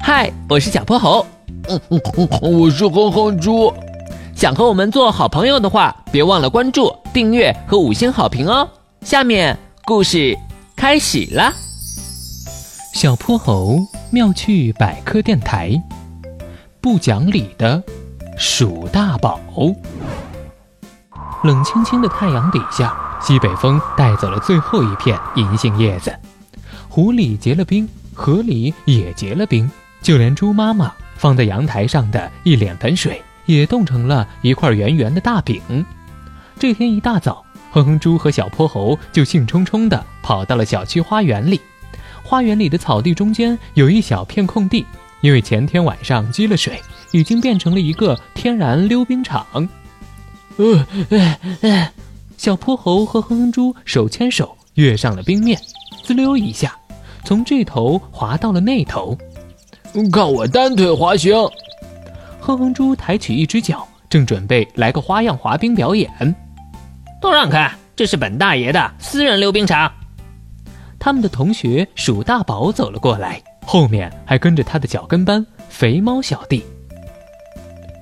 嗨，我是小泼猴，嗯嗯嗯，我是哼哼猪。想和我们做好朋友的话，别忘了关注、订阅和五星好评哦。下面故事开始啦！小泼猴妙趣百科电台，不讲理的鼠大宝。冷清清的太阳底下，西北风带走了最后一片银杏叶子，湖里结了冰，河里也结了冰，就连猪妈妈放在阳台上的一脸盆水，也冻成了一块圆圆的大饼。这天一大早，哼哼猪和小泼猴就兴冲冲地跑到了小区花园里。花园里的草地中间有一小片空地，因为前天晚上积了水，已经变成了一个天然溜冰场。呃，哎哎，小泼猴和哼哼猪手牵手跃上了冰面，滋溜一下，从这头滑到了那头。嗯看我单腿滑行，哼哼猪抬起一只脚，正准备来个花样滑冰表演。都让开，这是本大爷的私人溜冰场。他们的同学鼠大宝走了过来，后面还跟着他的脚跟班肥猫小弟。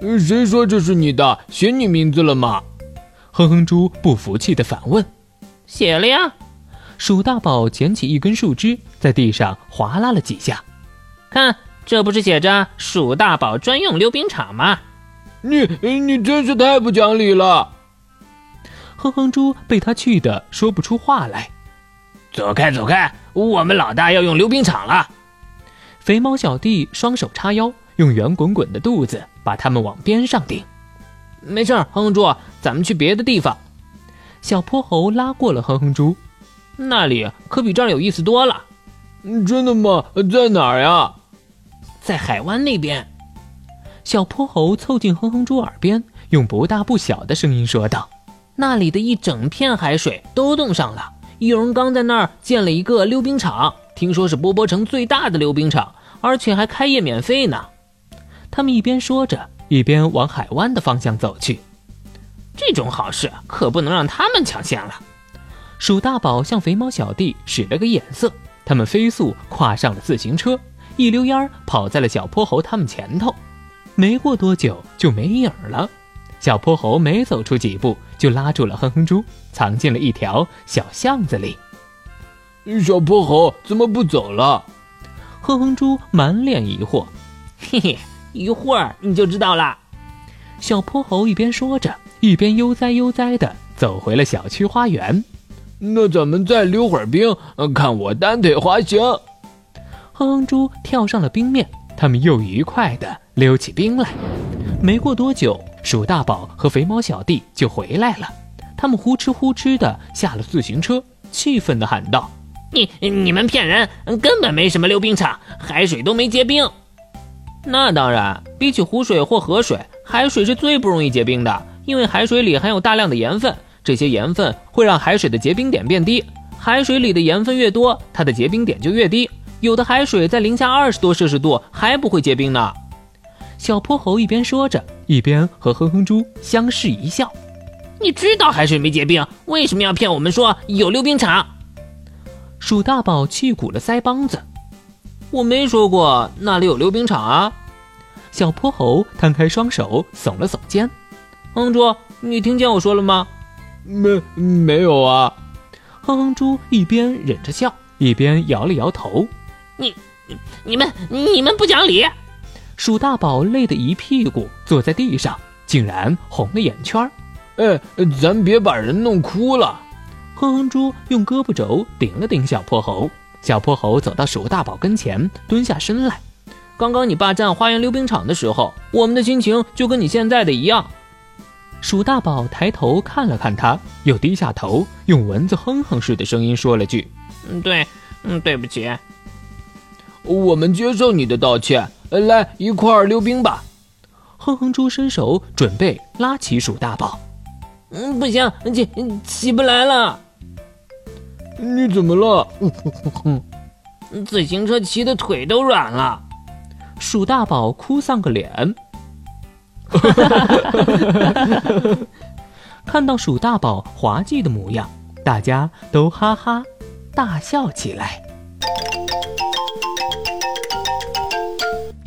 嗯谁说这是你的？写你名字了吗？哼哼猪不服气地反问。写了呀，鼠大宝捡起一根树枝，在地上划拉了几下。看这不是写着“鼠大宝专用溜冰场”吗？你你真是太不讲理了！哼哼猪被他气得说不出话来。走开，走开！我们老大要用溜冰场了。肥猫小弟双手叉腰，用圆滚滚的肚子把他们往边上顶。没事儿，哼哼猪，咱们去别的地方，小泼猴拉过了哼哼猪，那里可比这儿有意思多了，真的吗？在哪儿呀？在海湾那边。小泼猴凑近哼哼猪耳边，用不大不小的声音说道那里的一整片海水都冻上了。易容刚在那儿建了一个溜冰场，听说是波波城最大的溜冰场，而且还开业免费呢。：“他们一边说着，一边往海湾的方向走去。”这种好事可不能让他们抢先了。鼠大宝向肥猫小弟使了个眼色，他们飞速跨上了自行车，一溜烟儿跑在了小泼猴他们前头。没过多久就没影儿了，小泼猴没走出几步，就拉住了哼哼猪，藏进了一条小巷子里。嗯小泼猴怎么不走了？哼哼猪满脸疑惑，嘿嘿，一会儿你就知道啦。小泼猴一边说着，一边悠哉悠哉地走回了小区花园。那咱们再溜会儿冰，呃看我单腿滑行。哼哼猪跳上了冰面，他们又愉快地溜起冰来。没过多久，鼠大宝和肥猫小弟就回来了，他们呼哧呼哧地下了自行车，气愤地喊道你你们骗人，根本没什么溜冰场，海水都没结冰。那当然，比起湖水或河水，海水是最不容易结冰的，因为海水里含有大量的盐分，这些盐分会让海水的结冰点变低。海水里的盐分越多，它的结冰点就越低。有的海水在零下二十多摄氏度还不会结冰呢。：“小泼猴！”一边说着，一边和哼哼猪相视一笑。你知道海水没结冰，为什么要骗我们说有溜冰场？鼠大宝气鼓了腮帮子，我没说过那里有溜冰场啊。小泼猴摊开双手，耸了耸肩。哼猪，你听见我说了吗？没没有啊？哼哼猪一边忍着笑，一边摇了摇头。你们你们不讲理！鼠大宝累得一屁股坐在地上，竟然红了眼圈儿。哎，咱别把人弄哭了。哼哼猪用胳膊肘顶了顶小泼猴，小泼猴走到鼠大宝跟前，蹲下身来。刚刚你霸占花园溜冰场的时候，我们的心情就跟你现在的一样。鼠大宝抬头看了看他，又低下头，用蚊子哼哼似的声音说了句嗯，对，嗯，对不起。我们接受你的道歉，来一块儿溜冰吧。：“哼哼猪伸手准备拉起鼠大宝。嗯，不行，起起不来了，你怎么 了？嗯自行车骑的腿都软了。”鼠大宝哭丧个脸。 看到鼠大宝滑稽的模样，大家都哈哈大笑起来。